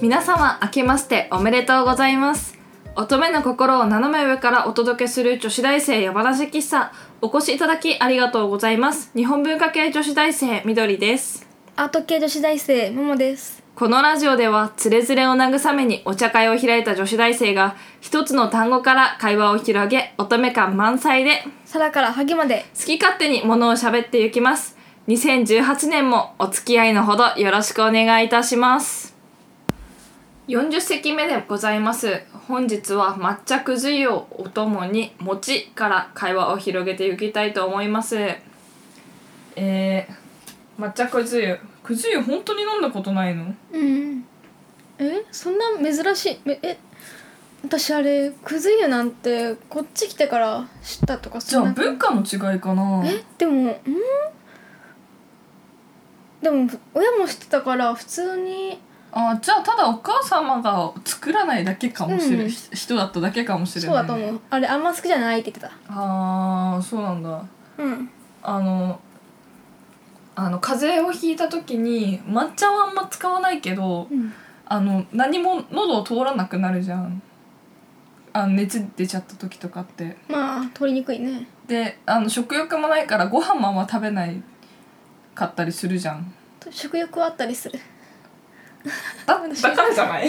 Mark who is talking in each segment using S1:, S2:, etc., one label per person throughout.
S1: 皆様明けましておめでとうございます乙女の心を斜め上からお届けする女子大生山梨喫茶お越しいただきありがとうございます日本文化系女子大生みどりです
S2: アート系女子大生ももです
S1: このラジオではつれづれを慰めにお茶会を開いた女子大生が一つの単語から会話を広げ乙女感満載で
S2: 空からハゲまで
S1: 好き勝手にものを喋っていきます2018年もお付き合いのほどよろしくお願いいたします40席目でございます本日は抹茶くず湯をお供に餅から会話を広げていきたいと思いますえー、抹茶くず湯くず湯本当に飲んだことないの
S2: うんえそんな珍しいええ私あれくず湯なんてこっち来てから知ったとか
S1: じゃ
S2: そ
S1: あ
S2: んな
S1: 文化の違いかな
S2: えでもうんでも親も知ってたから普通に
S1: あじゃあただお母様が作らないだけかもしれ、
S2: うん
S1: ひ人だっただけかもしれ
S2: そ
S1: ないう
S2: だと思うあれあんま好きじゃないって言って
S1: ああそうなんだ
S2: たうん
S1: あのあの風邪をひいた時に抹茶はあんま使わないけど
S2: うん
S1: あの何も喉を通らなくなるじゃんあの熱出ちゃった時とかって
S2: まあ通りにくいね
S1: であの食欲もないからご飯もあんま食べないかったりするじゃん
S2: 食欲はあったりする
S1: だだからじゃない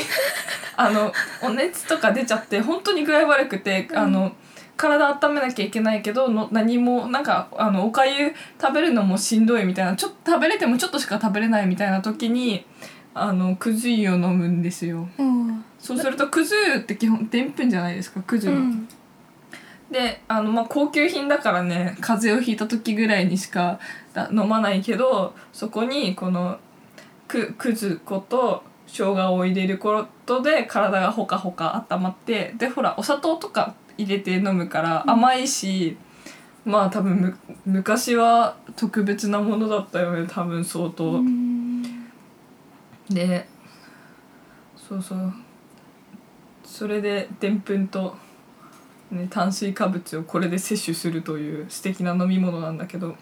S1: あのお熱とか出ちゃって本当に具合悪くて、
S2: うん
S1: あの体温めなきゃいけないけどの何もなんかあのおかゆ食べるのもしんどいみたいなちょっと食べれてもちょっとしか食べれないみたいな時にあのくず湯を飲むんですよ
S2: うん
S1: そうするとくず湯って基本でんぷんじゃないですかくず
S2: う
S1: の、
S2: ん
S1: であの、まあ、高級品だからね風邪をひいた時ぐらいにしかだ飲まないけどそこにこのくくず粉と生姜を入れることで体がほかほか温まってでほらお砂糖とか入れて飲むから
S2: うん
S1: 甘いし、まあ多分む昔は特別なものだったよね多分相当。
S2: うん
S1: でそうそうそれででんぷんと、ね、炭水化物をこれで摂取するという素敵な飲み物なんだけど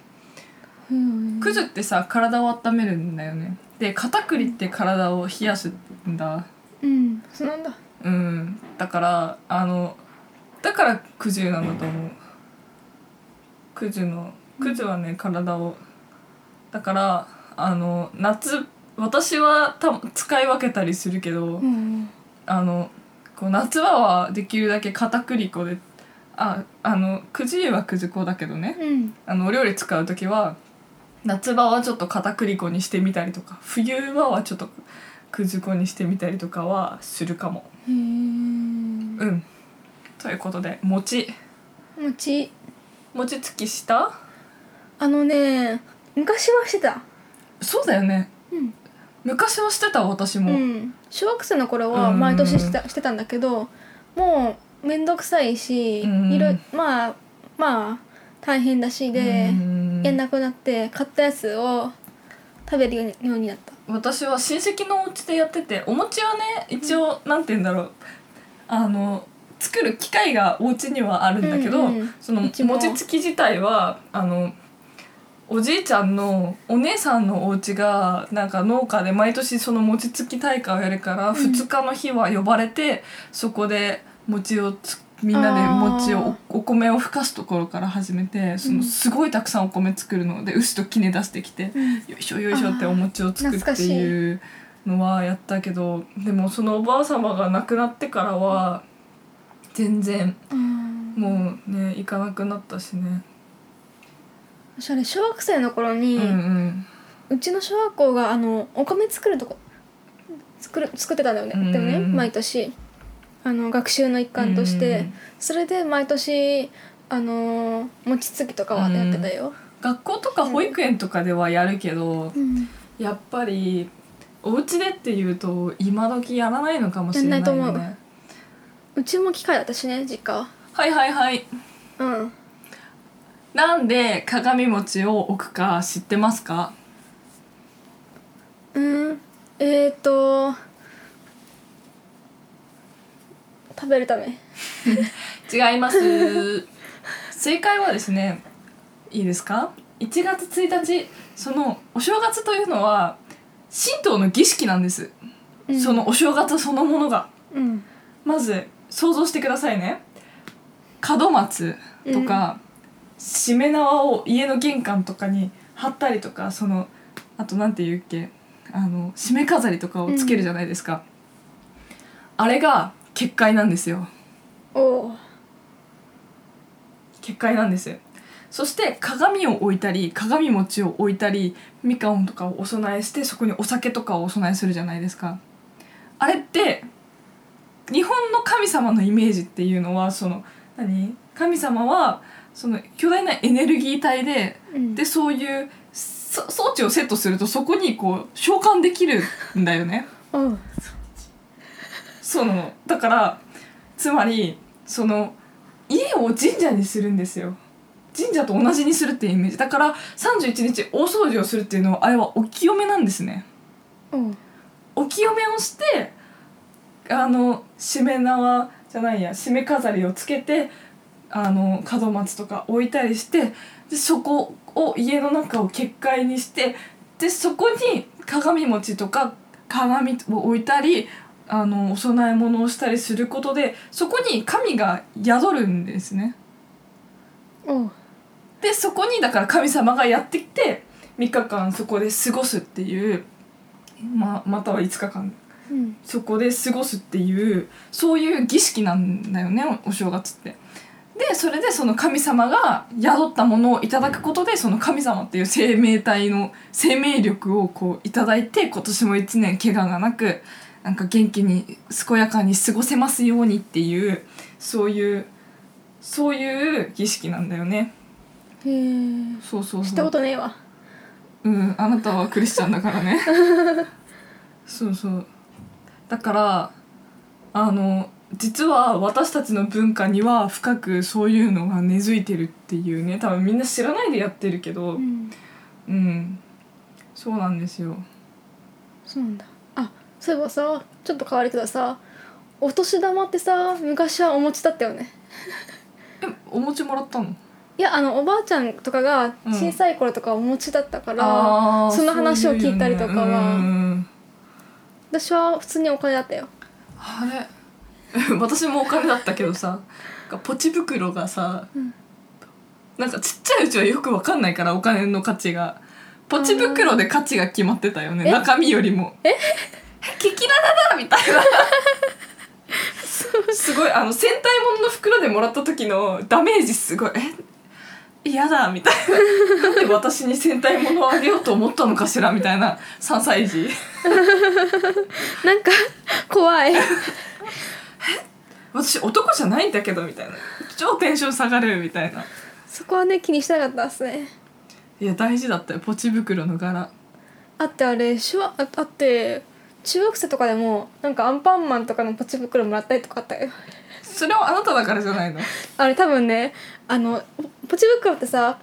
S2: うん
S1: くずってさ体を温めるんだよねで片栗って体を冷やすんだ
S2: うんそうなんだ
S1: うんだからあのだからくずなんだと思うくずのくずはね体をだからあの夏私はた使い分けたりするけど、
S2: うん
S1: あのこう夏場はできるだけ片栗粉でああのくじ湯はくず粉だけどね
S2: うん
S1: あのお料理使う時は夏場はちょっと片栗粉にしてみたりとか冬場はちょっとくず粉にしてみたりとかはするかも
S2: へー
S1: うんということで餅
S2: 餅
S1: 餅つきした
S2: あのね昔はしてた
S1: そうだよね
S2: うん、
S1: 昔はしてた私
S2: う
S1: も、
S2: ん、小学生の頃
S1: う
S2: は
S1: ん
S2: 毎年してたしてたんだけどもう面倒くさいし
S1: うん
S2: いろいまあまあ大変だしで
S1: うん
S2: やんなくなって買ったやつを食べるようになった
S1: 私は親戚のお家でやっててお餅はね一応、なんて言うんだろうあの作る機械がお家にはあるんだけど、
S2: うんうん
S1: その
S2: うちも
S1: 餅つき自体はあのおじいちゃんのお姉さんのお家がなんか農家で毎年その餅つき大会をやるから、
S2: ん
S1: 2日の日は呼ばれてそこで餅をつみんなで餅をおお米をふかすところから始めてそうの
S2: ん
S1: すごいたくさんお米作るので臼と杵出してきて。よいしょよいしょってお餅を作るっていうのはやったけどでもそのおばあ様が亡くなってからは全然
S2: うん
S1: もうね行かなくなったしね
S2: 私あれ小学生の頃
S1: う
S2: に、
S1: ん
S2: う
S1: うん
S2: ちの小学校があのお米作るとこ作る作ってたんだよね、
S1: うん
S2: でもね毎年あの学習の一環として。
S1: うん
S2: それで毎年あのー餅つきとかはやってたよ、
S1: 学校とか保育園とかではやるけどやっぱりお家でっていうと今時やらないのかもしれないよ
S2: やんないと思
S1: ね
S2: うちも機械だったしね実家
S1: はいはいはい
S2: うん
S1: なんで鏡餅を置くか知ってますか
S2: うんえっ、ー、と食べるため
S1: 違います正解はですねいいですか1月1日そのお正月というのは神道の儀式なんです
S2: うん
S1: そのお正月そのものが
S2: うん
S1: まず想像してくださいね門松とか、しめ縄を家の玄関とかに貼ったりとかそのあとなんていうっけあの締め飾りとかをつけるじゃないですか、あれが結界なんですよ
S2: おう
S1: 結界なんですそして鏡を置いたり鏡餅を置いたりみかんとかをお供えしてそこにお酒とかをお供えするじゃないですかあれって日本の神様のイメージっていうのはその何神様はその巨大なエネルギー体で
S2: うん
S1: でそういうそ装置をセットするとそこにこう召喚できるんだよね。
S2: おう
S1: そのだからつまりその家を神社にするんですよ神社と同じにするっていうイメージだから31日大掃除をするっていうのはあれはお清めなんですね
S2: おう
S1: お清めをしてあのしめ縄じゃないやしめ飾りをつけてあの門松とか置いたりしてでそこを家の中を結界にしてでそこに鏡餅とか鏡を置いたりあのお供え物をしたりすることでそこに神が宿るんですね。
S2: おう
S1: でそこにだから神様がやってきて3日間そこで過ごすっていう、ままたは5日間
S2: うん
S1: そこで過ごすっていうそういう儀式なんだよねおお正月って。でそれでその神様が宿ったものをいただくことでその神様っていう生命体の生命力をこういただいて今年も一年怪我がなくなんか元気に健やかに過ごせますようにっていうそういうそういう儀式なんだよね。
S2: へえ
S1: そうそうそう
S2: したことねえわ
S1: うんあなたはクリスチャンだから ねそうそうだからあの実は私たちの文化には深くそういうのが根付いてるっていうね多分みんな知らないでやってるけど
S2: うん
S1: うんそうなんですよ
S2: そうなんだあそういえばさちょっと変わるけどさお年玉ってさ昔はお餅だったよね
S1: えお餅もらったの
S2: いやあのおばあちゃんとかが
S1: うん
S2: 小さい頃とかお餅だったから、
S1: あー
S2: その話を
S1: そういう
S2: 聞いたりとかは
S1: ねうん
S2: 私は普通にお金だったよ
S1: あれ 私もお金だったけどさなんかポチ袋がさ、
S2: うん
S1: なんかちっちゃいうちはよくわかんないからお金の価値がポチ袋で価値が決まってたよね
S2: え
S1: 中身よりもえキキララだみたいなすごいあの戦隊ものの袋でもらった時のダメージすごいえ嫌だみたいななんで私に戦隊ものをあげようと思ったのかしらみたいな3歳児
S2: なんか怖い
S1: 私男じゃないんだけどみたいな超テンション下がるみたいな
S2: そこはね気にしてなかったですね
S1: いや大事だったよポチ袋の柄
S2: あってあれ手話ああって中学生とかでもなんかアンパンマンとかのポチ袋もらったりとかあったよ
S1: それはあなただからじゃないの
S2: あれ多分ねあのポチ袋ってさ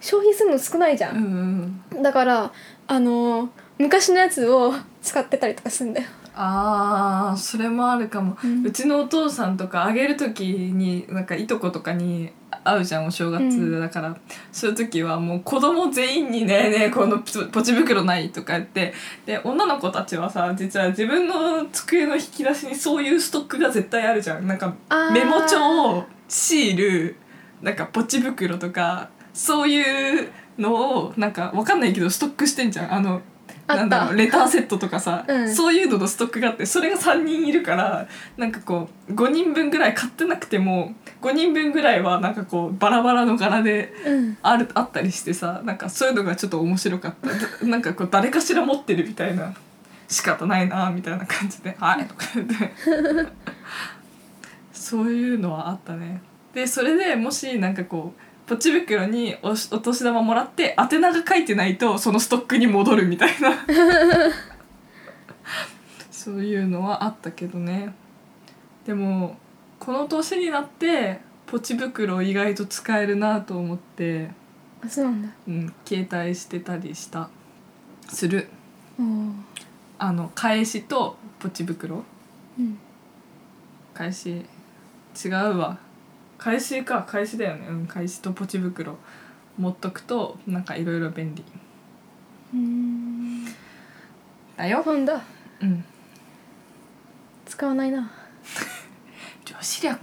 S2: 消費するの少ないじゃ、
S1: うんん
S2: だからあの昔のやつを使ってたりとかするんだよ
S1: あーそれもあるかも、
S2: う
S1: うんちのお父さんとかあげる時になんかいとことかに会うじゃんお正月だから、そういう時はもう子供全員に「ねえねえこのポポチ袋ない?」とか言ってで女の子たちはさ実は自分の机の引き出しにそういうストックが絶対あるじゃんなんか
S2: あー
S1: メモ帳シールなんかポチ袋とかそういうのをなんかわかんないけどストックしてんじゃんあの
S2: あった
S1: なんだろうレターセットとかさ、
S2: うん
S1: そういうののストックがあってそれが3人いるからなんかこう5人分ぐらい買ってなくても5人分ぐらいはなんかこうバラバラの柄で
S2: うん
S1: あるあったりしてさなんかそういうのがちょっと面白かったなんかこう誰かしら持ってるみたいな仕方ないなみたいな感じで「はい」とか言ってそういうのはあったねでそれでもしなんかこうポチ袋におしお年玉もらって宛名が書いてないとそのストックに戻るみたいなそういうのはあったけどねでもこの年になってポチ袋意外と使えるなと思って、
S2: あそうなんだ
S1: うん、携帯してたりしたする
S2: おー
S1: あの返しとポチ袋
S2: うん
S1: 返し違うわ返しか返しだよねうん返しとポチ袋持っとくとなんかいろいろ便利
S2: うーん
S1: だよ
S2: 本だ
S1: うん
S2: 使わないな
S1: 女子力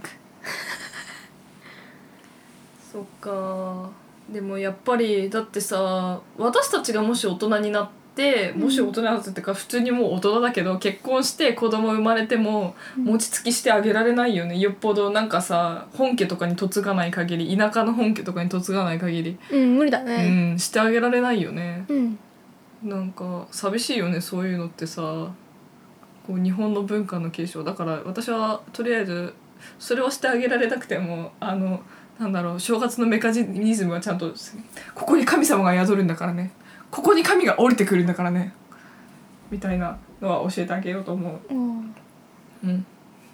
S1: そっかでもやっぱりだってさ私たちがもし大人になってもし大人になってっていうか、普通にもう大人だけど結婚して子供生まれても
S2: うん
S1: 餅つきしてあげられないよね、よっぽどなんかさ本家とかに嫁がない限り田舎の本家とかに嫁がない限り、
S2: うん無理だ
S1: う
S2: ね
S1: ん、してあげられないよね
S2: うん、
S1: なんか寂しいよねそういうのってさこう日本の文化の継承だから私はとりあえずそれをしてあげられなくてもあのなんだろう正月のメカニズムはちゃんとここに神様が宿るんだからねここに神が降りてくるんだからねみたいなのは教えてあげようと思
S2: おー
S1: う、うん、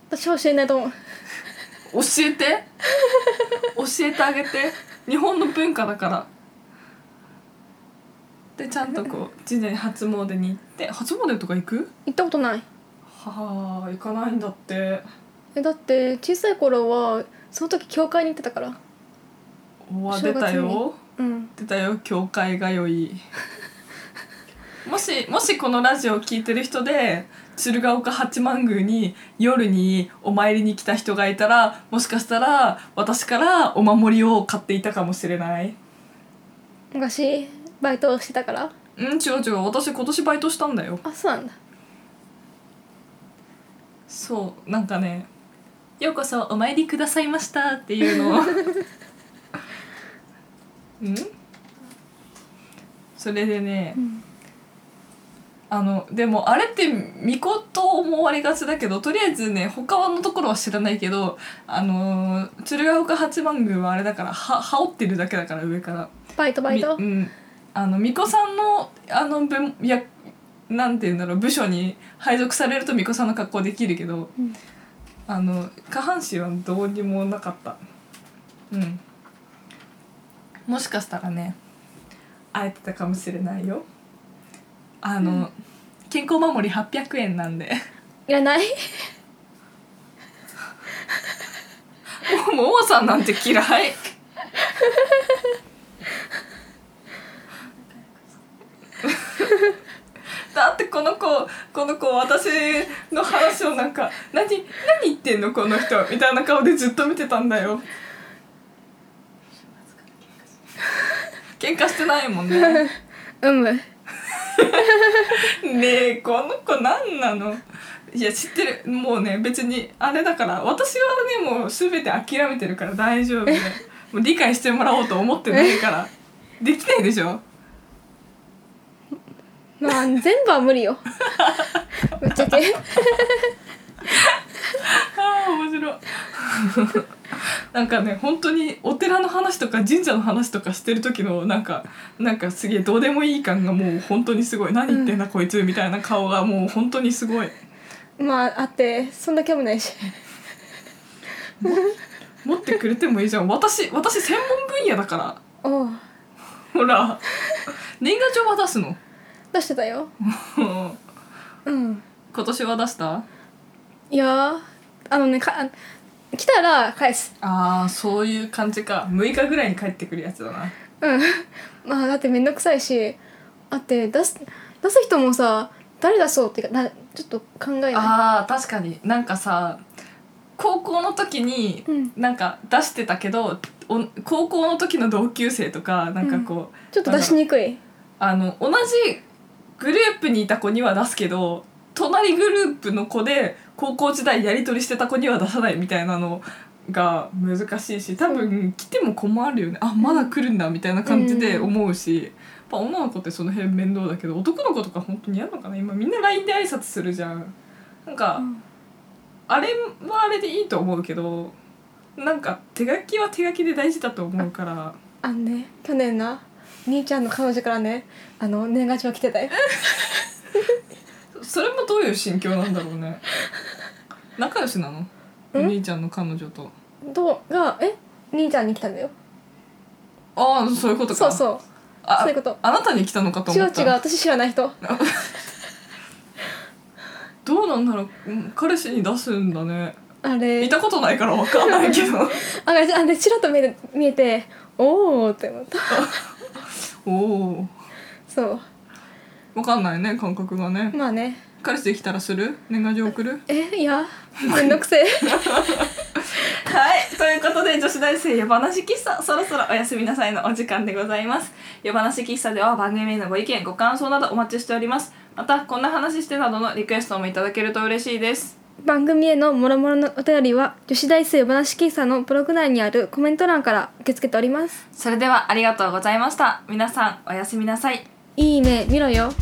S2: 私は教えないと思う
S1: 教えて教えてあげて日本の文化だからでちゃんとこ う事前に初詣に行って初詣とか行く
S2: 行ったことない
S1: はあ行かないんだって
S2: えだって小さい頃はその時教会に行ってたから
S1: おわ出たよ
S2: うん
S1: 出たよ教会がよい もしもしこのラジオを聞いてる人で鶴岡八幡宮に夜にお参りに来た人がいたらもしかしたら私からお守りを買っていたかもしれない
S2: 昔バイトしてたから
S1: うん違う違う私今年バイトしたんだよ
S2: あそうなんだ
S1: そうなんかね「ようこそお参りくださいました」っていうのをうんそれでね
S2: うん
S1: あのでもあれって巫女と思われがちだけどとりあえずね他のところは知らないけどあのー鶴岡八幡宮はあれだからは羽織ってるだけだから上から。
S2: バイトバイト
S1: みうんあの巫女さんのあの分やなんて言うんだろう部署に配属されると巫女さんの格好できるけど、
S2: うん
S1: あの下半身はどうにもなかったうんもしかしたらね会えてたかもしれないよあの、健康守り800円なんで
S2: いらない
S1: もうももさんなんて嫌 いだってこの子この子私の話をなんか「何何言ってんのこの人」みたいな顔でずっと見てたんだよ 喧嘩してないもんね
S2: うむ
S1: ねえこの子何なのいや知ってるもうね別にあれだから私はねもう全て諦めてるから大丈夫で もう理解してもらおうと思ってないからできないでしょ
S2: まあ全部は無理よぶっちゃけ
S1: あー面白い なんかね本当にお寺の話とか神社の話とかしてる時のなんかなんかすげえどうでもいい感がもう本当にすごい何言ってんだこいつみたいな顔がもう本当にすごい
S2: まああってそんな興味ないし
S1: 持ってくれてもいいじゃん私私専門分野だから
S2: おう
S1: ほら年賀状は出すの
S2: 出してたよ
S1: 今
S2: うん
S1: 年は出した
S2: いやーあのねかあ来たら返す
S1: あーそういう感じか6日ぐらいに帰ってくるやつだな
S2: うんまあだってめんどくさいしあって出す出す人もさ誰出そうっていうかなちょっと考えな
S1: あー確かになんかさ高校の時に
S2: うん
S1: なんか出してたけど、お高校の時の同級生とかなんかこう、
S2: いちょっと出しにくい
S1: あの同じグループにいた子には出すけど隣グループの子で高校時代やり取りしてた子には出さないみたいなのが難しいし多分来ても困るよねあまだ来るんだみたいな感じで思うし、やっぱ女の子ってその辺面倒だけど男の子とか本当に嫌なのかな今みんな LINE で挨拶するじゃん。なんか、
S2: うん
S1: あれはあれでいいと思うけどなんか手書きは手書きで大事だと思うから。
S2: あのね去年な兄ちゃんの彼女からねあの年賀状来てたよ
S1: それもどういう心境なんだろう ね仲良しなのお兄ちゃんの彼女と
S2: どうがえ兄ちゃんに来たんだよ
S1: ああそういうことか
S2: そうそう
S1: あ
S2: そういうこと
S1: あなたに来たのかと
S2: 違う
S1: 思
S2: 違
S1: った
S2: う私知らない人
S1: どうなんだろううん彼氏に出すんだね
S2: あれ
S1: 見たことないからわかんないけ ど
S2: あれあれちらっと見えて見えておおって思った
S1: おお
S2: そう
S1: わかんないね感覚がね
S2: まあね
S1: 彼氏できたらする年賀状送る
S2: え いやめんどくせえ
S1: はい、ということで女子大生夜話喫茶そろそろおやすみなさいのお時間でございます夜話喫茶では番組へのご意見ご感想などお待ちしておりますまたこんな話してなどのリクエストもいただけると嬉しいです
S2: 番組へのもろもろのお便りは女子大生話喫茶のブログ内にあるコメント欄から受け付けております
S1: それではありがとうございました皆さんおやすみなさい
S2: いいね見ろよ